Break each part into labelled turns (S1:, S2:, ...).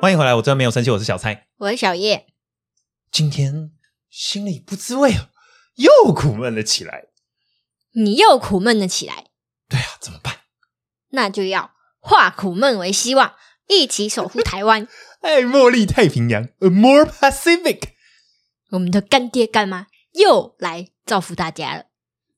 S1: 欢迎回来，我真的没有生气，我是小蔡。
S2: 我是小叶，
S1: 今天心里不知为何又苦闷了起来。
S2: 你又苦闷了起来，
S1: 对啊，怎么办？
S2: 那就要化苦闷为希望，一起守护台湾。
S1: 爱哎茉莉太平洋，A More Pacific。
S2: 我们的干爹干妈又来造福大家了。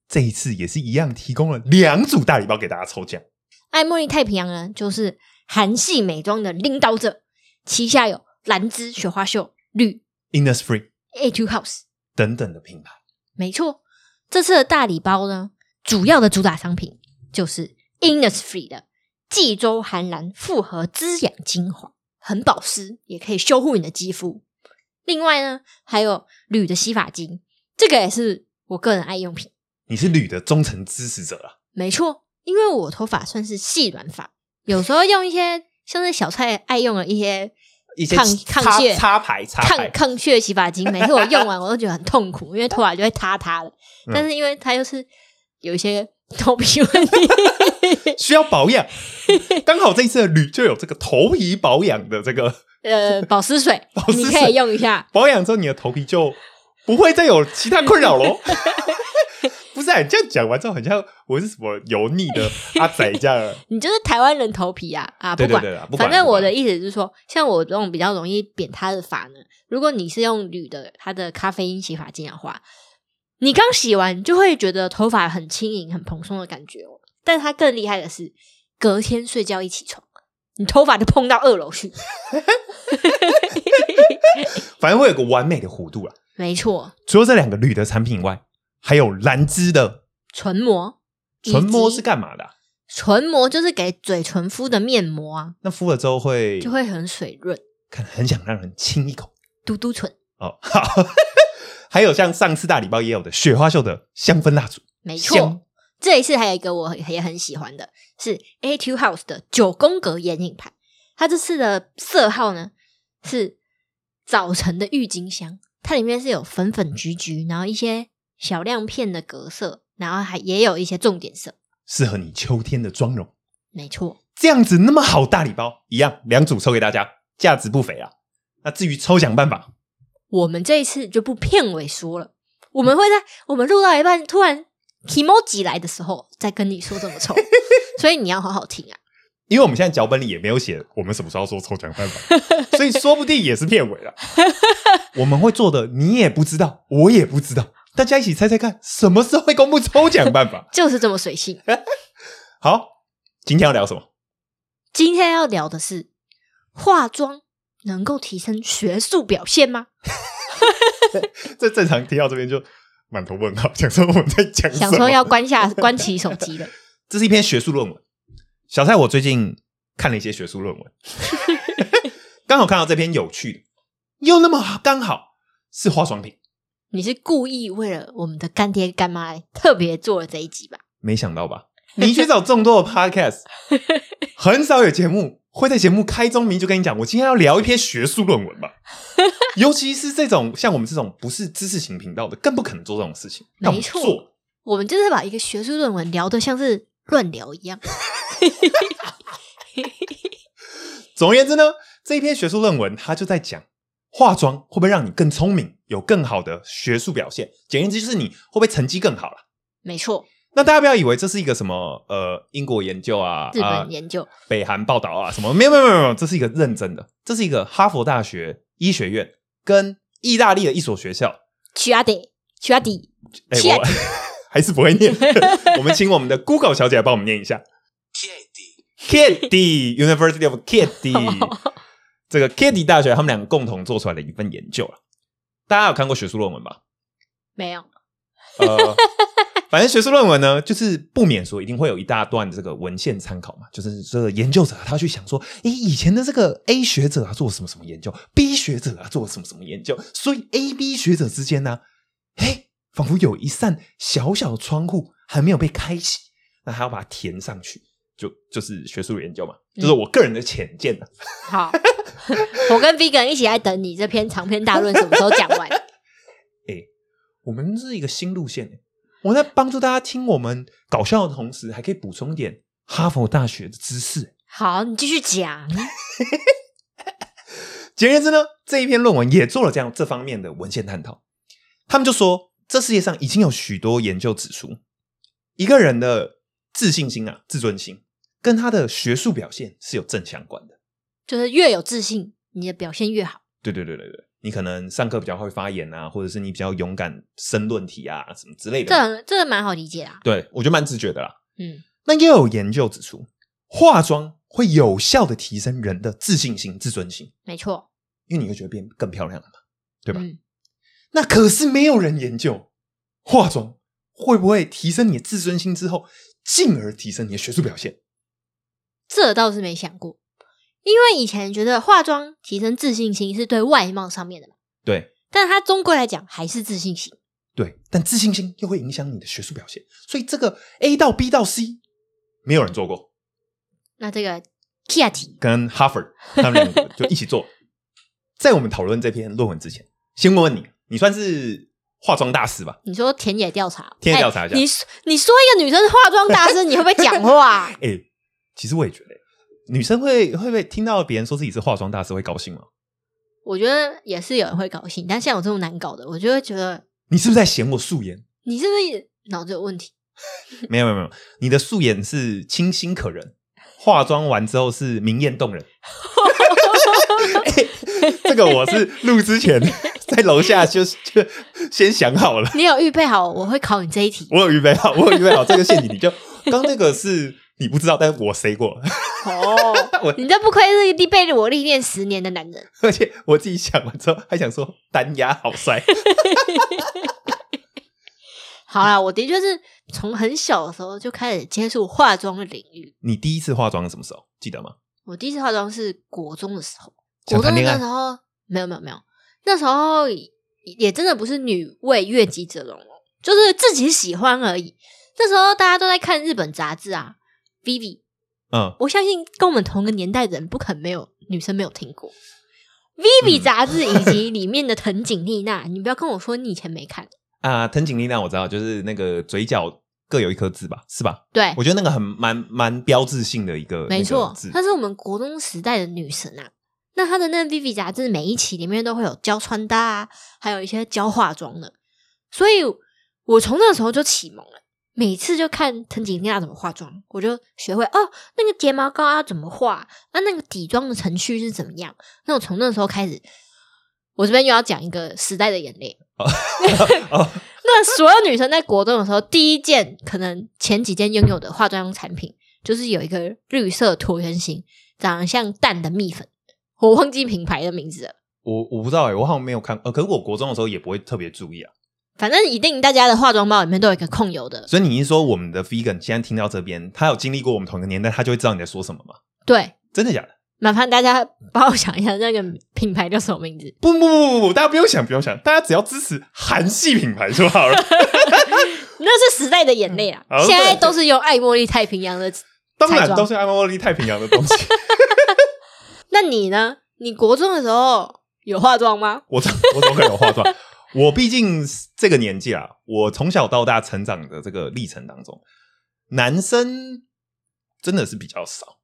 S1: 这一次也是一样，提供了两组大礼包给大家抽奖。
S2: 爱茉莉太平洋呢，就是韩系美妆的领导者，旗下有兰芝雪花秀、绿
S1: Innisfree
S2: A Two House。
S1: 等等的品牌，
S2: 没错，这次的大礼包呢，主要的主打商品就是 Innisfree 的济州韩兰复合滋养精华，很保湿，也可以修护你的肌肤。另外呢，还有铝的洗发精，这个也是我个人爱用品。
S1: 你是铝的忠诚支持者啊！
S2: 没错，因为我头发算是细软发，有时候用一些像是小菜爱用的一些
S1: 一些
S2: 抗
S1: 插
S2: 抗屑
S1: 插牌插
S2: 抗
S1: 牌，
S2: 抗屑洗发精，每次我用完我都觉得很痛苦，因为头发就会塌塌的。
S1: 嗯
S2: 但是因为它又是有一些头皮问题，
S1: 需要保养。刚好这一次的铝就有这个头皮保养的这个
S2: 呃，保湿水
S1: 保湿
S2: 你
S1: 水
S2: 可以用一下。
S1: 保养之后，你的头皮就不会再有其他困扰 喽。不是、啊，你这样讲完之后，很像我是什么油腻 的阿仔这样。
S2: 你就是台湾人头皮啊啊，
S1: 对
S2: 不
S1: 对
S2: 管，
S1: 对啦，不管
S2: 反正
S1: 不管
S2: 我的意思是说，像我这种比较容易扁塌的发呢，如果你是用铝的它的咖啡因洗发精的话，你刚洗完就会觉得头发很轻盈、很蓬松的感觉哦。但它更厉害的是，隔天睡觉一起床，你头发就碰到二楼 去。
S1: 反正会有个完美的弧度啦。
S2: 没错，
S1: 除了这两个铝的产品以外，还有兰芝的
S2: 唇膜，
S1: 唇膜是
S2: 以及
S1: 干嘛的啊、
S2: 唇膜就是给嘴唇敷的面膜啊，
S1: 那敷了之后会
S2: 就会很水润，
S1: 看很想让人亲一口
S2: 嘟嘟唇。
S1: 哦。好，还有像上次大礼包也有的雪花秀的香氛蜡烛，
S2: 没
S1: 香
S2: 错，这一次还有一个我也很喜欢的是 A Two House 的九宫格眼影盘，它这次的色号呢是早晨的郁金香，它里面是有粉粉橘橘，然后一些小亮片的格色，然后还也有一些重点色。
S1: 适合你秋天的妆容。
S2: 没错，
S1: 这样子那么好大礼包，一样两组抽给大家，价值不菲啊。那至于抽奖办法，
S2: 我们这一次就不片尾说了，我们会在我们录到一半突然 emoji 来的时候再跟你说怎么 抽，所以你要好好听啊。
S1: 因为我们现在脚本里也没有写我们什么时候说抽奖办 法，所以说不定也是片尾了。我们会做的你也不知道，我也不知道，大家一起猜猜看，什么时候会公布抽奖办 法？
S2: 就是这么随性。
S1: 好，今天要聊什么？
S2: 今天要聊的是化妆能够提升学术表现吗？
S1: 这正常听到这边就满头问号，想说我们在讲什
S2: 想
S1: 么？
S2: 说要关下 关起手机了。
S1: 这是一篇学术论文。小蔡，我最近看了一些学术 论文， 刚好看到这篇有趣的，又那么刚好是化妆品，
S2: 你是故意为了我们的干爹干妈特别做了这一集吧？
S1: 没想到 吧？你去找众多的 podcast，很少有节目会在节目开宗明就跟你讲，我今天要聊一篇学术论文吧。 尤其是这种像我们这种不是知识型频道的，更不可能做这种事情。那我们
S2: 没错
S1: 做
S2: 我们就是把一个学术论文聊得像是乱聊一样。
S1: 总而言之呢，这一篇学术论文它就在讲化妆会不会让你更聪明，有更好的学术表现。简言之，就是你会不会成绩更好了。
S2: 没错，
S1: 那大家不要以为这是一个什么呃英国研究啊、
S2: 日
S1: 啊
S2: 本研究、
S1: 北韩报道啊什么，没有没有没有没有，这是一个认真的，这是一个哈佛大学医学院跟意大利的一所学校。
S2: 曲阿迪、曲阿迪，
S1: 哎、
S2: 切
S1: 我 还是不会念， 我们请我们的 Google 小姐来帮我们念一下。Kitty University of Kitty，这个 Kitty 大学他们两个共同做出来的一份研究了。大家有看过学术论文吧？
S2: 没有
S1: 呃，反正学术论文呢，就是不免说一定会有一大段这个文献参考嘛，就是这个研究者他去想说，诶，以前的这个 A 学者啊做什么什么研究，B 学者啊做什么什么研究，所以 A、B 学者之间呢、嘿，仿佛有一扇小小的窗户还没有被开启，那还要把它填上去，就就是学术研究嘛，就是我个人的浅见啊。
S2: 好。 我跟 Vegan 一起来等你这篇长篇大论什么时候讲 完。
S1: 哎我们是一个新路线欸，我们在帮助大家听我们搞笑的同时，还可以补充一点哈佛大学的知识欸。
S2: 好，你继续讲。
S1: 简而言之呢，这一篇论文也做了这样这方面的文献探讨。他们就说，这世界上已经有许多研究指出，一个人的自信心啊、自尊心，跟他的学术表现是有正相关的。
S2: 就是越有自信，你的表现越好。
S1: 对对对对对，你可能上课比较会发言啊，或者是你比较勇敢申论题啊，什么之类的。
S2: 这这蛮好理解啊。
S1: 对我觉得蛮直觉的啦。
S2: 嗯，
S1: 那也有研究指出，化妆会有效的提升人的自信心、自尊心，
S2: 没错。
S1: 因为你会觉得变更漂亮了嘛，对吧？
S2: 嗯，
S1: 那可是没有人研究化妆会不会提升你的自尊心之后，进而提升你的学术表现。
S2: 这倒是没想过，因为以前觉得化妆提升自信心是对外貌上面的嘛，
S1: 对
S2: 但它终归来讲还是自信心。
S1: 对，但自信心又会影响你的学术表现，所以这个 A 到 B 到 C 没有人做过，
S2: 那这个 Kia t
S1: 跟哈佛他们两个就一起做。 在我们讨论这篇论文之前，先问问你，你算是化妆大师吧？
S2: 你说田野调查，
S1: 田野调查一下
S2: 哎你说你说一个女生是化妆大师，你会不会讲话？
S1: 哎、其实我也觉得，女生会会不会听到别人说自己是化妆大师会高兴吗？
S2: 我觉得也是有人会高兴，但像我这种难搞的，我就会觉得
S1: 你是不是在嫌我素颜？
S2: 你是不是脑子有问题？
S1: 没有没有没有，你的素颜是清新可人，化妆完之后是明艳动人。欸这个我是录之前 在楼下就就先想好了，
S2: 你有预备好我会考你这 一题？
S1: 我有预备好，我有预备好这个陷阱，你就刚那个是你不知道，但是我 say 过，
S2: 哦，
S1: 我
S2: 你这不愧是历被我历练十年的男人。
S1: 而且我自己想完之后还想说单压好帅，
S2: 好啦，我的确是从很小的时候就开始接触化妆的领域。
S1: 你第一次化妆是什么时候？记得吗？
S2: 我第一次化妆是国中的时候，
S1: 想
S2: 国
S1: 谈
S2: 中的
S1: 恋爱
S2: 那时候没有没有没有，那时候也真的不是女为悦己者容哦，就是自己喜欢而已。那时候大家都在看日本杂志啊，Vivi，
S1: 嗯，
S2: 我相信跟我们同个年代的人不肯没有女生没有听过。Vivi 杂志以及里面的藤井丽娜，你不要跟我说你以前没看，
S1: 啊，藤井丽娜我知道，就是那个嘴角各有一颗痣吧，是吧？
S2: 对，
S1: 我觉得那个很蛮蛮标志性的一个，
S2: 没
S1: 那
S2: 错
S1: 个痣，
S2: 她是我们国中时代的女神啊。那她的那 Vivi 杂志每一期里面都会有教穿搭啊，还有一些教化妆的，所以我从那时候就启蒙了。每次就看藤井丽娜怎么化妆，我就学会哦，那个睫毛膏要怎么画，啊那那个底妆的程序是怎么样。那我从那时候开始，我这边又要讲一个时代的眼泪。
S1: 哦，
S2: 那所有女生在国中的时候，第一件可能前几件拥有的化妆产品，就是有一个绿色椭圆形、长得像蛋的蜜粉，我忘记品牌的名字了。
S1: 我我不知道哎、我好像没有看，呃，可是我国中的时候也不会特别注意啊。
S2: 反正一定大家的化妆包里面都有一个控油的，
S1: 所以你一说我们的 vegan 现在听到这边，他有经历过我们同一个年代，他就会知道你在说什么吗？
S2: 对，
S1: 真的假的？
S2: 麻烦大家帮我想一下那个品牌叫什么名字。
S1: 不不不不不，大家不用想，不用想，大家只要支持韩系品牌就 好了。
S2: 那是时代的眼泪啊
S1: 嗯！好
S2: 现在都是用爱茉莉太平洋的。
S1: 当
S2: 彩
S1: 然
S2: 妆
S1: 都是爱茉 E 莉太平洋的东西。
S2: 那你呢？你国中的时候有化妆吗？
S1: 我怎我怎么可能有化妆？我毕竟这个年纪啊，我从小到大成长的这个历程当中，男生真的是比较少，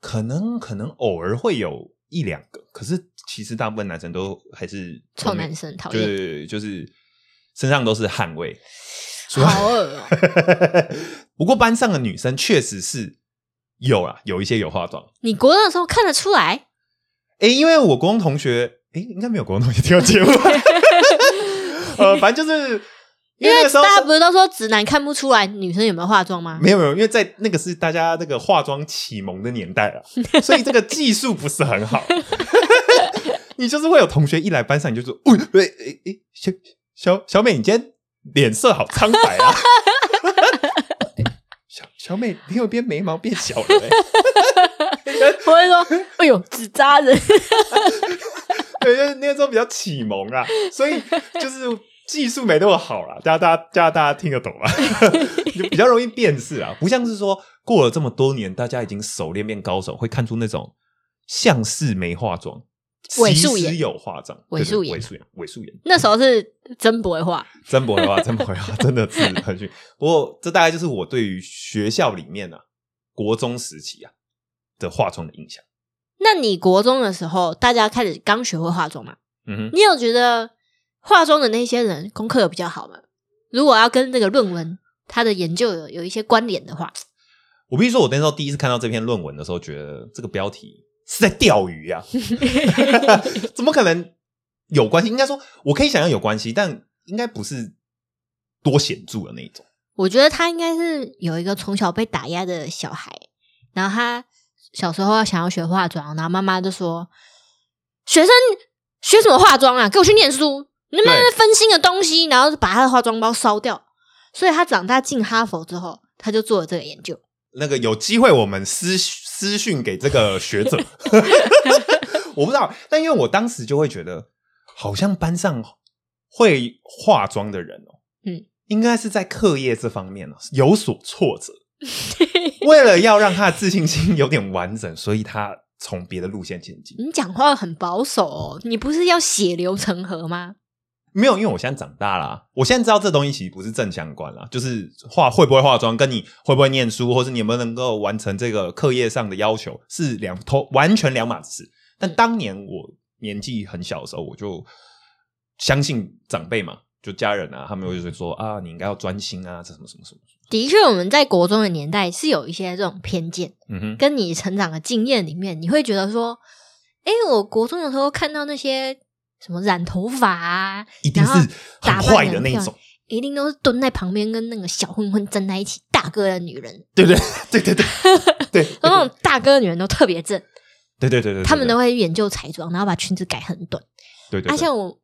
S1: 可能可能偶尔会有一两个，可是其实大部分男生都还是
S2: 臭男，生讨
S1: 就
S2: 厌，
S1: 是就是身上都是汗味。 主要
S2: 好恶哦、
S1: 不过班上的女生确实是有啊，有一些有化妆。
S2: 你国中的时候看得出来？
S1: 诶，因为我国中同学，诶，应该没有国中同学听到节目， 呃，反正就是因为那个时候
S2: 大家不是都说直男看不出来女生有没有化妆吗？
S1: 没有没有，因为在那个是大家那个化妆启蒙的年代啊，所以这个技术不是很好。 你就是会有同学一来班上，你就说，喂、喂，诶诶，小小小美，你今天脸色好苍白啊！ 小小美，你有边眉毛变小了、欸。
S2: 我会说，哎呦，纸扎人，
S1: 对，就是那个时候比较启蒙啊，所以就是技术没那么好啦，大家大家大家大家听得懂啊， 就比较容易辨识啊，不像是说过了这么多年，大家已经熟练变高手，会看出那种像是没化妆，
S2: 伪
S1: 其
S2: 素
S1: 实
S2: 颜
S1: 有化妆，
S2: 伪
S1: 对
S2: 素
S1: 对
S2: 颜
S1: 伪素颜，伪素颜，
S2: 那时候是真不会画。
S1: 真不会化，真不会化，真的是很逊。不过这大概就是我对于学校里面啊，国中时期啊，的化妆的影响。
S2: 那你国中的时候，大家开始刚学会化妆嘛？
S1: 嗯哼，
S2: 你有觉得化妆的那些人功课有比较好吗？如果要跟那个论文他的研究有有一些关联的话，
S1: 我必须说，我那时候第一次看到这篇论文的时候，觉得这个标题是在钓鱼啊，怎么可能有关系？应该说，我可以想象有关系，但应该不是多显著的那一种。
S2: 我觉得他应该是有一个从小被打压的小孩，然后他小时候想要学化妆，然后妈妈就说：“学生学什么化妆啊？给我去念书！你他妈
S1: 对
S2: 分心的东西！”然后就把他的化妆包烧掉。所以他长大进哈佛之后，他就做了这个研究。
S1: 那个有机会我们私私讯给这个学者， 我不知道，但因为我当时就会觉得，好像班上会化妆的人哦，
S2: 嗯，
S1: 应该是在课业这方面哦有所挫折，为了要让他的自信心有点完整，所以他从别的路线前进。
S2: 你讲话很保守哦，你不是要血流成河吗？
S1: 没有，因为我现在长大啦、我现在知道这东西其实不是正相关啦，就是化会不会化妆，跟你会不会念书，或是你有没有能够完成这个课业上的要求，是两头完全两码子事。但当年我年纪很小的时候，我就相信长辈嘛，就家人啊，他们会说啊，你应该要专心啊，这什么什么什么，
S2: 的确，我们在国中的年代是有一些这种偏见，
S1: 嗯哼，
S2: 跟你成长的经验里面，你会觉得说，诶，我国中的时候看到那些什么染头发啊，
S1: 一定是很坏的那
S2: 然后打扮得很漂
S1: 种
S2: 亮，一定都是蹲在旁边跟那个小混混站在一起，大哥的女人，
S1: 对不对？对对对对
S2: 那 种大哥的女人都特别正，
S1: 对对对对对，
S2: 他们都会研究彩妆，然后把裙子改很短。
S1: 对对对
S2: 啊，像我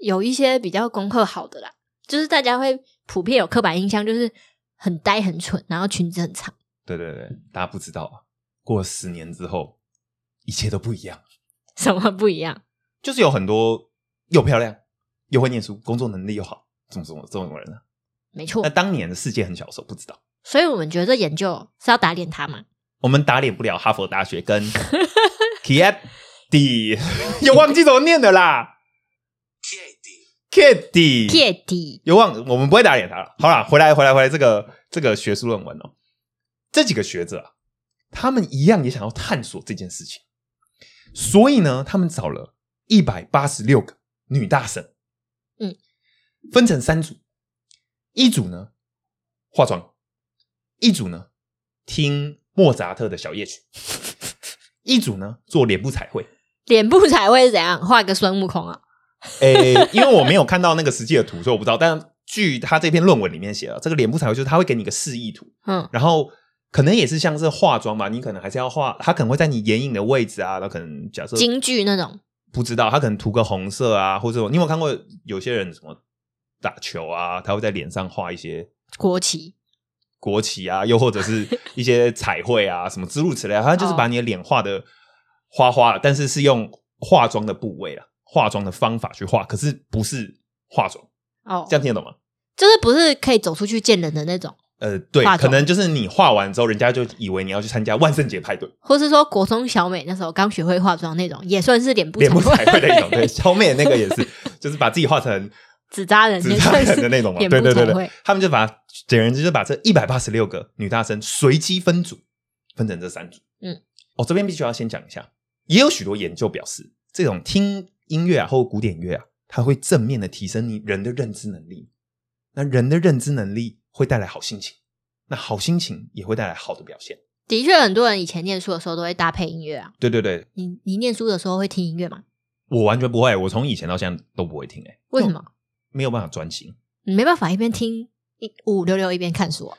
S2: 有一些比较功课好的啦，就是大家会普遍有刻板印象，就是很呆很蠢，然后裙子很长。
S1: 对对对，大家不知道啊，过了十年之后，一切都不一样。
S2: 什么不一样？
S1: 就是有很多又漂亮又会念书，工作能力又好，这种这种这种人啊。
S2: 没错
S1: 那，当年的世界很小的时候不知道，
S2: 所以我们觉得这研究是要打脸他嘛？
S1: 我们打脸不了哈佛大学跟 Kiet 的，又忘记怎么念的啦。Kiet 的
S2: 借底
S1: 又忘，我们不会打脸他了。好啦，回来回来回来，这个这个学术论文哦，这几个学者、啊、他们一样也想要探索这件事情，所以呢，他们找了一百八十六个女大神，
S2: 嗯，
S1: 分成三组，一组呢化妆，一组呢听莫扎特的小夜曲，一组呢做脸部彩绘。
S2: 脸部彩绘是怎样？画一个孙悟空啊？
S1: 诶、因为我没有看到那个实际的图，所以我不知道。但据他这篇论文里面写了，这个脸部彩绘就是他会给你一个示意图，
S2: 嗯，
S1: 然后可能也是像是化妆嘛，你可能还是要画，他可能会在你眼影的位置啊，那可能假设
S2: 京剧那种。
S1: 不知道，他可能涂个红色啊，或者你有没有看过有些人什么打球啊，他会在脸上画一些
S2: 国旗，
S1: 国旗啊，又或者是一些彩绘啊，什么之路此类啊，他就是把你的脸画的花花的，但是是用化妆的部位啊，化妆的方法去画，可是不是化妆。
S2: 哦
S1: 这，样听得懂吗？
S2: 就是不是可以走出去见人的那种，
S1: 呃，对
S2: 化，
S1: 可
S2: 妆
S1: 能就是你画完之后，人家就以为你要去参加万圣节派 对，
S2: 或是说国中小美那时候刚学会化妆那种，也算是脸部
S1: 脸部彩绘的一种。对，
S2: 对，
S1: 小美那个也是，就是把自己画成
S2: 纸扎人
S1: 纸
S2: 也
S1: 扎
S2: 算
S1: 人
S2: 是
S1: 的那种嘛。
S2: 脸
S1: 对
S2: 部
S1: 对对
S2: 彩
S1: 对
S2: 绘，，
S1: 他们就把简而言之就把这一百八十六个女大生随机分组，分成这三组。
S2: 嗯，
S1: 哦，这边必须要先讲一下，也有许多研究表示，这种听音乐啊或古典乐啊，它会正面的提升你人的认知能力。那人的认知能力会带来好心情，那好心情也会带来好的表现。
S2: 的确很多人以前念书的时候都会搭配音乐啊。
S1: 对对对，
S2: 你你念书的时候会听音乐吗？
S1: 我完全不会，我从以前到现在都不会听、欸，哎，
S2: 为什？么？
S1: 没有办法专心，
S2: 你没办法一边听一五五六六一边看书啊？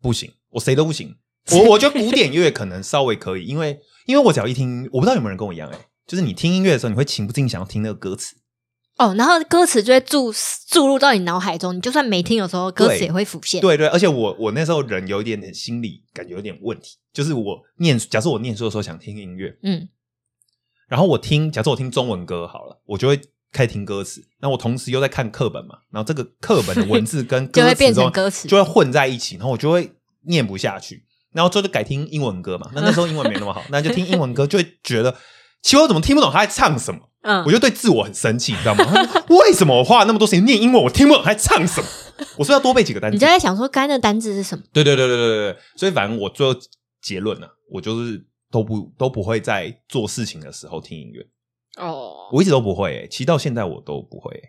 S1: 不行，我谁都不行。我我觉得古典乐可能稍微可以，因为因为我只要一听，我不知道有没有人跟我一样、欸，哎，就是你听音乐的时候，你会情不自禁想要听那个歌词，
S2: 哦，然后歌词就会注注入到你脑海中，你就算没听的时候，歌词也会浮现。，
S1: 对对，而且我我那时候人有一点点心理感觉有点问题，就是我念，假设我念书的时候想听音乐，
S2: 嗯，
S1: 然后我听，假设我听中文歌好了，我就会。开始听歌词，那我同时又在看课本嘛，然后这个课本的文字 跟歌
S2: 就
S1: 词
S2: 会变
S1: 中
S2: 成歌词。
S1: 就会混在一起，然后我就会念不下去，然后最后就改听英文歌嘛。那那时候英文没那 么好，那就听英文歌，就会觉得奇怪，我怎么听不懂他在唱什么？
S2: 嗯
S1: 我，就对自我很生气，你知道吗？为什么我花了那么多时间念英文，我听不懂他在唱什么？我说要多背几个单
S2: 你
S1: 词
S2: 就。在想说，刚才那单字是什么？
S1: 对对对对对对对，所以反正我最后结论呢、啊，我就是都不都不会在做事情的时候听音乐，
S2: 哦，
S1: 我一直都不会、欸，其实到现在我都不会、欸。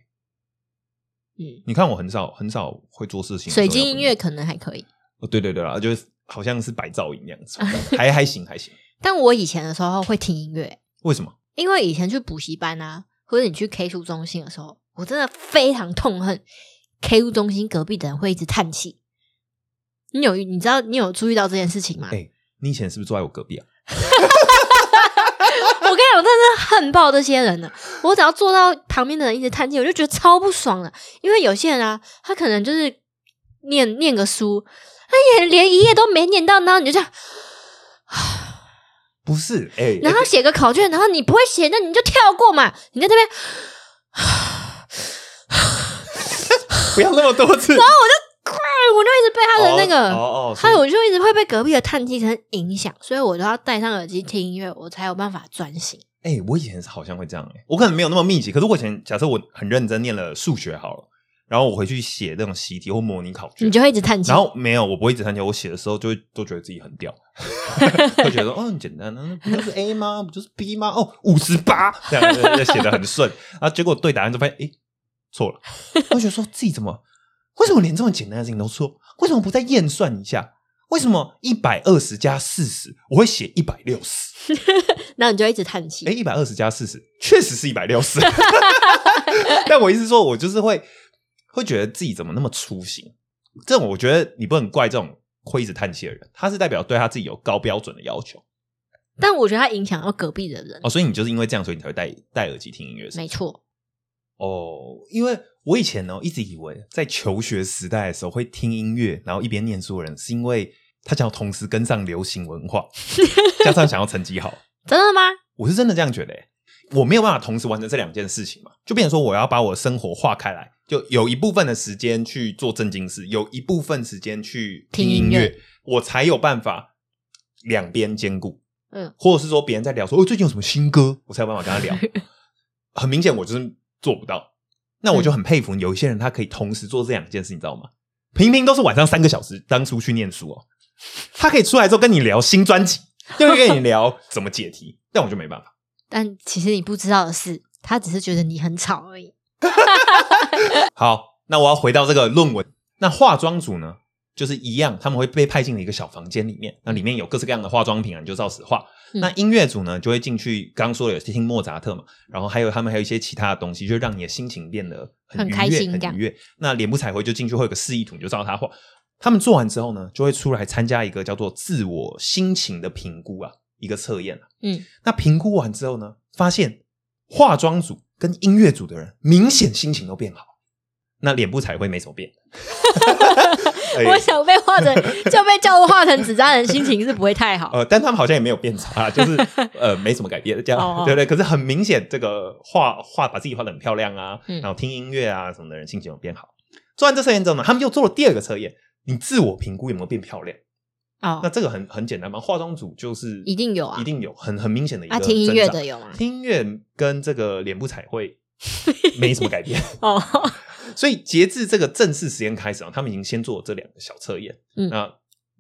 S2: 嗯，
S1: 你看我很少很少会做事情的时候
S2: 水
S1: 要不，
S2: 晶音乐可能还可以，
S1: 哦，对对对啦，就是好像是白噪音那样子，还还行还行。
S2: 但我以前的时候会听音乐，
S1: 为什么？
S2: 因为以前去补习班啊，或者你去 K 书中心的时候，我真的非常痛恨 K 书中心隔壁的人会一直叹气。你有你知道你有注意到这件事情吗？
S1: 哎你以前是不是坐在我隔壁啊？
S2: 我跟你讲，我真的是恨爆这些人了。我只要坐到旁边的人一直叹气，我就觉得超不爽了。因为有些人啊，他可能就是念念个书，他也连一页都没念到，然后你就这样，
S1: 不是，哎、
S2: 然后
S1: 哎
S2: 写个考卷，然后你不会写，那你就跳过嘛。你在那边
S1: 不要那么多 次。
S2: 哎我就一直被他的那个，
S1: 哦哦哦，
S2: 还
S1: 所以
S2: 有我就一直会被隔壁的叹气声影响，所以我就要戴上耳机听音乐，我才有办法专心。
S1: 哎、我以前是好像会这样、哎，我可能没有那么密集，可是我以前假设我很认真念了数学好了，然后我回去写那种习题或模拟考卷
S2: 你，就会一直叹气
S1: 然。后没有，我不会一直弹球，我写的时候就会都觉得自己很屌， 会觉得哦很简单啊，不就是 A 吗？不就是 B 吗？哦，五十八，这样就就写的很顺，然后结果对答案就发现诶错了，我就觉得说自己怎么为什么连这么简单的事情都错？为什么不再验算一下？为什么一百二十加四十我会写一百六十？
S2: 然后你就会一直叹气。
S1: 哎诶一百二十加四十确实是一百六十， 但我意思说，我就是会会觉得自己怎么那么粗心。这种我觉得你不能怪这种会一直叹气的人，他是代表对他自己有高标准的要求
S2: 但我觉得它影响到隔壁的人，
S1: 哦，所以你就是因为这样，所以你才会戴戴耳机听音乐是吗。
S2: 没错。
S1: 哦，因为我以前呢一直以为在求学时代的时候会听音乐，然后一边念书的人，是因为他想要同时跟上流行文化，加上想要成绩好。
S2: 真的吗？
S1: 我是真的这样觉得、欸，我没有办法同时完成这两件事情嘛，就变成说我要把我的生活划开来，就有一部分的时间去做正经事，有一部分时间去听
S2: 听
S1: 音
S2: 音乐
S1: 乐，我才有办法两边兼顾。
S2: 嗯，
S1: 或者是说别人在聊说，哦，最近有什么新歌，我才有办法跟他 聊。很明显，我就是做不到。那
S2: 嗯
S1: 我就很佩服有一些人，他可以同时做这两件事，你知道吗？平平都是晚上三个小时，当初去念书哦，他可以出来之后跟你聊新专辑，又可以跟你聊怎么解题，但我就没办法。
S2: 但其实你不知道的是，他只是觉得你很吵而已。
S1: 好，那我要回到这个论文。那化妆组呢，就是一样，他们会被派进了一个小房间里面，那里面有各式各样的化妆品啊，你就照实化。
S2: 嗯
S1: 那音乐组呢，就会进去，刚刚说了有听莫扎特嘛，然后还有他们还有一些其他的东西，就让你的心情变得
S2: 很
S1: 愉悦、
S2: 开心这
S1: 很
S2: 样
S1: 愉悦。那脸部彩绘就进去会有个示意图，你就照他画。他们做完之后呢，就会出来参加一个叫做自我心情的评估啊，一个测验啊。
S2: 嗯，
S1: 那评估完之后呢，发现化妆组跟音乐组的人明显心情都变好，那脸部彩绘没怎么 变。哎
S2: 我想被 画成就被叫画成纸扎人，心情是不会太好。
S1: 呃，但他们好像也没有变差，就是 呃没什么改变，这样
S2: 哦哦
S1: 对不对？可是很明显，这个画画把自己画的很漂亮啊，
S2: 嗯
S1: 然后听音乐啊什么的人心情有变好。做完这测验之后呢，他们又做了第二个测验，你自我评估有没有变漂亮？呃那
S2: 哦，
S1: 这个很很简单嘛，化妆组就是
S2: 一定有啊
S1: 一定有很很明显的一个
S2: 啊，听音乐
S1: 增长
S2: 的有吗？
S1: 听音乐跟这个脸部彩绘没什么改变，
S2: 哦，
S1: 所以截至这个正式时间开始啊，他们已经先做了这两个小测验，
S2: 嗯
S1: 那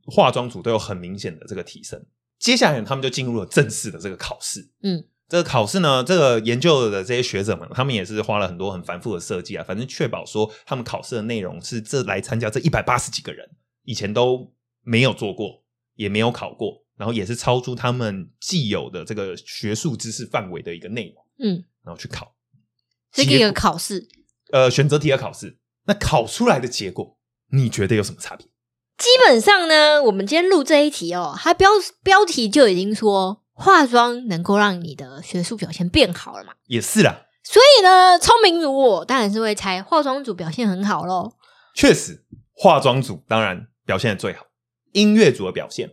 S1: 化妆组都有很明显的这个提升。接下来他们就进入了正式的这个考试，
S2: 嗯，
S1: 这个考试呢，这个研究的这些学者们，他们也是花了很多很繁复的设计啊，反正确保说他们考试的内容是这来参加这一百八十几个人以前都没有做过，也没有考过，然后也是超出他们既有的这个学术知识范围的一个内容，
S2: 嗯，
S1: 然后去考。
S2: 这个一个考试，
S1: 呃选择题的考试，那考出来的结果，你觉得有什么差别？
S2: 基本上呢，我们今天录这一题哦，它标标题就已经说化妆能够让你的学术表现变好了嘛。
S1: 也是啦，
S2: 所以呢，聪明如我，当然是会猜化妆组表现很好喽。
S1: 确实，化妆组当然表现的最好，音乐组的表现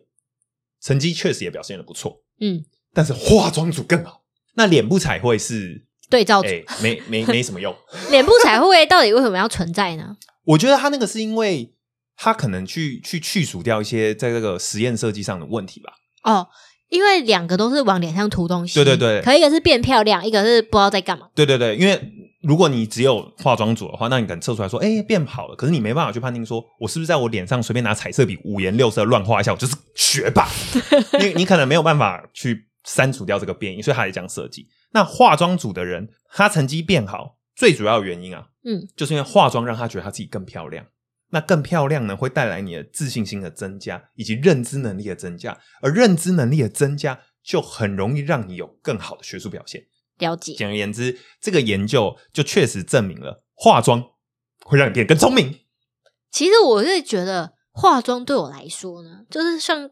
S1: 成绩确实也表现的不错，
S2: 嗯，
S1: 但是化妆组更好。那脸部彩绘是，
S2: 对照组
S1: 哎、没没没什么用。
S2: 脸部彩绘到底为什么要存在呢？
S1: 我觉得他那个是因为他可能去去去除掉一些在这个实验设计上的问题吧。
S2: 哦，因为两个都是往脸上涂东西，
S1: 对对对
S2: 可一个是变漂亮，一个是不知道在干嘛。
S1: 对对对，因为如果你只有化妆组的话，那你可能测出来说，哎、变好了，可是你没办法去判定说，我是不是在我脸上随便拿彩色笔五颜六色乱画一下，我就是学霸。你你可能没有办法去删除掉这个变异，所以他也讲设计。那化妆组的人，他成绩变好，最主要的原因啊，
S2: 嗯，
S1: 就是因为化妆让他觉得他自己更漂亮。那更漂亮呢，会带来你的自信心的增加，以及认知能力的增加。而认知能力的增加，就很容易让你有更好的学术表现。
S2: 了解。
S1: 简而言之，这个研究就确实证明了化妆会让你变得更聪明。
S2: 其实我是觉得化妆对我来说呢，就是像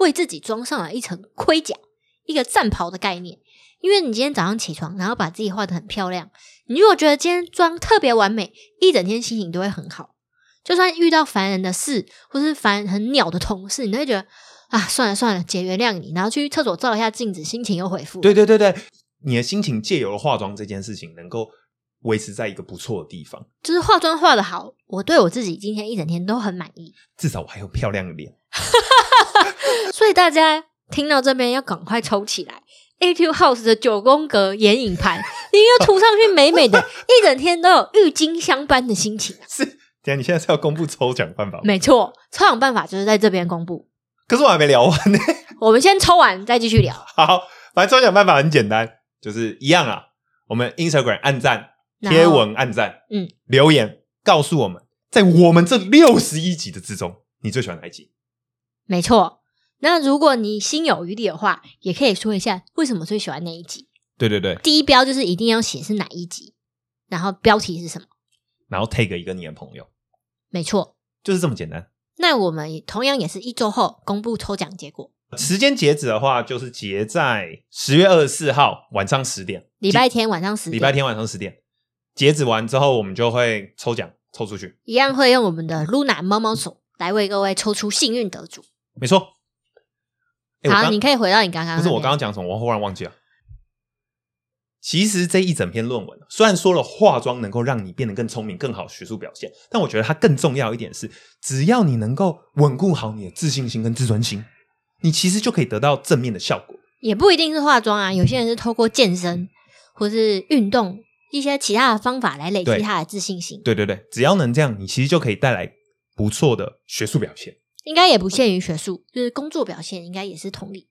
S2: 为自己装上了一层盔甲，一个战袍的概念。因为你今天早上起床，然后把自己画的很漂亮，你如果觉得今天妆特别完美，一整天心情都会很好。就算遇到烦人的事，或是烦很鸟的同事，你都会觉得啊，算了算了，姐原谅你，然后去厕所照一下镜子，心情又恢复。
S1: 对对对对，你的心情借由了化妆这件事情，能够维持在一个不错的地方。
S2: 就是化妆化的好，我对我自己今天一整天都很满意。
S1: 至少我还有漂亮的脸。
S2: 所以大家听到这边要赶快抽起来。A Q House 的九宫格眼影盘，你要涂上去美美的，一整天都有郁金香般的心情。
S1: 是，等一下啊你现在是要公布抽奖办法吗？
S2: 没错，抽奖办法就是在这边公布。
S1: 可是我还没聊完呢。
S2: 我们先抽完再继续聊，
S1: 好，反正抽奖办法很简单，就是一样啊。我们 Instagram 按赞、
S2: 然后
S1: 贴文按赞、
S2: 嗯，
S1: 留言告诉我们，在我们这六十一集的之中，你最喜欢哪一集？
S2: 没错。那如果你心有余力的话，也可以说一下为什么最喜欢那一集。
S1: 对对对，
S2: 第一标就是一定要写是哪一集，然后标题是什么，
S1: 然后 take 一个你的朋友，
S2: 没错。
S1: 就是这么简单。
S2: 那我们也同样也是一周后公布抽奖结果，
S1: 时间截止的话，就是截在十月二十四号晚上十点，
S2: 礼拜天晚上十
S1: 礼
S2: 点，
S1: 拜天晚上十点截止完之后，我们就会抽奖抽出去。
S2: 一样会用我们的 Luna 猫猫手来为各位抽出幸运得主。
S1: 没错。哎诶我
S2: 好，
S1: 刚
S2: 你可以回到你刚
S1: 不
S2: 刚那边，
S1: 是我刚刚讲什么，我忽然忘记了。其实这一整篇论文，啊虽然说了化妆能够让你变得更聪明、更好学术表现，但我觉得它更重要一点是，只要你能够稳固好你的自信心跟自尊心，你其实就可以得到正面的效果。
S2: 也不一定是化妆啊，有些人是透过健身或是运动一些其他的方法来累积
S1: 对
S2: 他的自信心，
S1: 对对对，只要能这样，你其实就可以带来不错的学术表现。
S2: 应该也不限于学术，就是工作表现应该也是同理。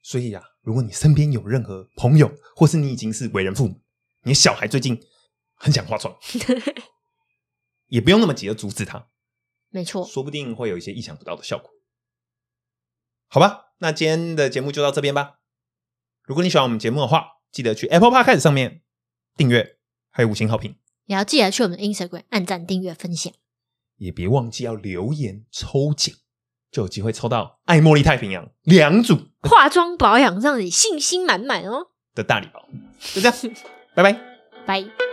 S1: 所以啊，如果你身边有任何朋友，或是你已经是为人父母，你小孩最近很想化妆，也不用那么急着阻止他，
S2: 没错，
S1: 说不定会有一些意想不到的效果。好吧，那今天的节目就到这边吧。如果你喜欢我们节目的话，记得去 Apple Podcast 上面订阅，还有五星好评，
S2: 也要记得去我们的 Instagram 按赞、订阅、分享。
S1: 也别忘记要留言抽奖，就有机会抽到爱茉莉太平洋两组
S2: 化妆保养让你信心满满哦，
S1: 的大礼包。就这样，拜拜。
S2: 拜。